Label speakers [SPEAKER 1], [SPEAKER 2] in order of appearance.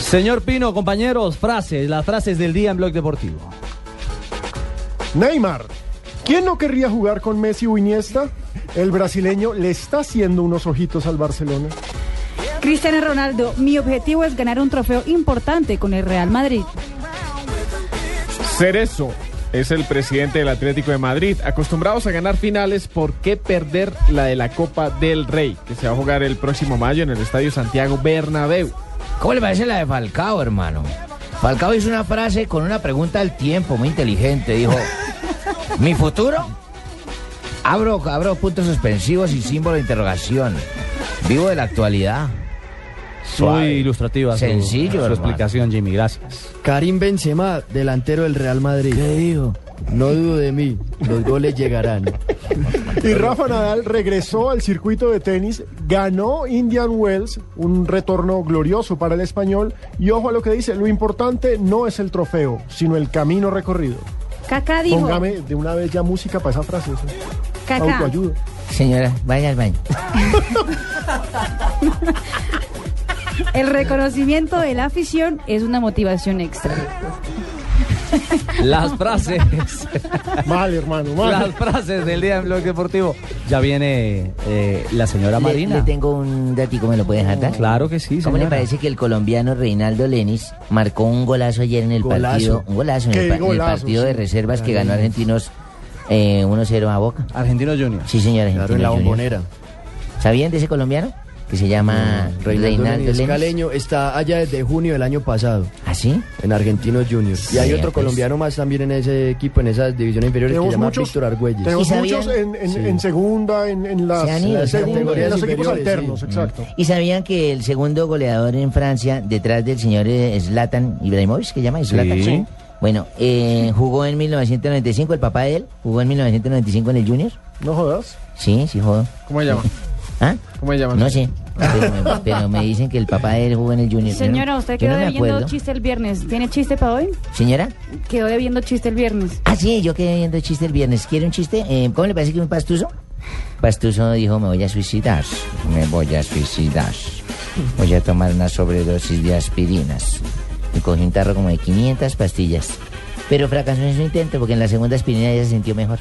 [SPEAKER 1] Señor Pino, compañeros, frases, las frases del día en Blog Deportivo.
[SPEAKER 2] Neymar. ¿Quién no querría jugar con Messi o Iniesta? El brasileño le está haciendo unos ojitos al Barcelona.
[SPEAKER 3] Cristiano Ronaldo, mi objetivo es ganar un trofeo importante con el Real Madrid.
[SPEAKER 4] Cerezo es el presidente del Atlético de Madrid. Acostumbrados a ganar finales, ¿por qué perder la de la Copa del Rey? Que se va a jugar el próximo mayo en el Estadio Santiago Bernabéu.
[SPEAKER 5] ¿Cómo le parece la de Falcao, hermano? Falcao hizo una frase con una pregunta al tiempo, muy inteligente. Dijo, ¿mi futuro? Abro, abro puntos suspensivos y símbolo de interrogación. Vivo de la actualidad.
[SPEAKER 1] Muy
[SPEAKER 5] Suave.
[SPEAKER 1] ilustrativa su-
[SPEAKER 5] Sencillo,
[SPEAKER 1] su,
[SPEAKER 5] hermano.
[SPEAKER 1] explicación, Jimmy, gracias.
[SPEAKER 6] Karim Benzema, delantero del Real Madrid.
[SPEAKER 5] ¿Qué dijo?
[SPEAKER 6] No dudo de mí, los goles llegarán.
[SPEAKER 2] Y Rafa Nadal regresó al circuito de tenis, ganó Indian Wells, un retorno glorioso para el español. Y ojo a lo que dice, lo importante no es el trofeo, sino el camino recorrido.
[SPEAKER 3] Kaká dijo,
[SPEAKER 2] Póngame de una vez ya música para esa frase. eso.
[SPEAKER 3] Kaká,
[SPEAKER 2] Autoayuda.
[SPEAKER 5] Señora, vaya al baño.
[SPEAKER 3] el reconocimiento de la afición es una motivación extra.
[SPEAKER 1] Las frases,
[SPEAKER 2] Mal, hermano,
[SPEAKER 1] las
[SPEAKER 2] mal.
[SPEAKER 1] frases del día en Blog Deportivo. Ya viene eh, la señora
[SPEAKER 5] Le,
[SPEAKER 1] Marina.
[SPEAKER 5] le tengo un datico, ¿me lo puedes dar?
[SPEAKER 1] Claro que sí,
[SPEAKER 5] ¿Cómo
[SPEAKER 1] señora.
[SPEAKER 5] le parece que el colombiano Reinaldo Lenis marcó un golazo ayer en el
[SPEAKER 6] Golazo.
[SPEAKER 5] partido? Un golazo en
[SPEAKER 2] Qué
[SPEAKER 5] el, pa- en el
[SPEAKER 2] golazo,
[SPEAKER 5] partido de
[SPEAKER 2] sí.
[SPEAKER 5] reservas que ganó Argentinos eh, 1-0 a Boca.
[SPEAKER 1] Argentino Junior.
[SPEAKER 5] Sí, señor Argentinos.
[SPEAKER 6] Claro, en la
[SPEAKER 5] Juniors.
[SPEAKER 6] bombonera.
[SPEAKER 5] ¿Sabían de ese colombiano? Que se llama
[SPEAKER 6] Mm, Reinaldo
[SPEAKER 5] Reinaldo
[SPEAKER 6] Lenis
[SPEAKER 5] Lenis.
[SPEAKER 6] Caleño está allá desde junio del año pasado,
[SPEAKER 5] ¿Ah, sí?
[SPEAKER 6] en Argentinos Juniors. Y hay
[SPEAKER 5] Sí,
[SPEAKER 6] otro
[SPEAKER 5] pues.
[SPEAKER 6] colombiano más también en ese equipo, en esas divisiones inferiores, que se
[SPEAKER 2] Tenemos
[SPEAKER 6] llama
[SPEAKER 2] muchos,
[SPEAKER 6] Víctor Argüelles.
[SPEAKER 2] tenemos
[SPEAKER 5] ¿Y sabían?
[SPEAKER 2] muchos en, en-
[SPEAKER 6] Sí.
[SPEAKER 2] en segunda, en, en las,
[SPEAKER 5] Se han ido,
[SPEAKER 2] en
[SPEAKER 5] se han
[SPEAKER 2] segunda,
[SPEAKER 5] ido.
[SPEAKER 2] en los equipos
[SPEAKER 6] Inferiores,
[SPEAKER 2] alternos,
[SPEAKER 6] sí.
[SPEAKER 2] exacto.
[SPEAKER 5] ¿Y sabían que el segundo goleador en Francia, detrás del señor eh, Zlatan Ibrahimovic, que llama Zlatan?
[SPEAKER 1] Sí.
[SPEAKER 5] sí. Bueno, eh, jugó en 1995, el papá de él jugó en 1995 en el Junior.
[SPEAKER 2] No jodas.
[SPEAKER 5] Sí, sí jugó.
[SPEAKER 4] ¿Cómo se llama?
[SPEAKER 5] ¿Ah?
[SPEAKER 4] ¿Cómo se llama?
[SPEAKER 5] No sé, pero me, pero me dicen que el papá de él jugó en el Junior.
[SPEAKER 3] Señora,
[SPEAKER 5] Yo no-
[SPEAKER 3] usted
[SPEAKER 5] yo
[SPEAKER 3] quedó
[SPEAKER 5] no me
[SPEAKER 3] debiendo
[SPEAKER 5] acuerdo.
[SPEAKER 3] chiste el viernes. ¿Tiene chiste para hoy?
[SPEAKER 5] Señora,
[SPEAKER 3] Quedó debiendo chiste el viernes.
[SPEAKER 5] ah, sí, yo quedé viendo chiste el viernes. ¿Quiere un chiste? Eh, ¿Cómo le parece que un pastuso? Pastuso dijo, me voy a suicidar, me voy a suicidar. Voy a tomar una sobredosis de aspirinas. Y cogí un tarro como de 500 pastillas. Pero fracasó en su intento porque en la segunda aspirina ya se sintió mejor.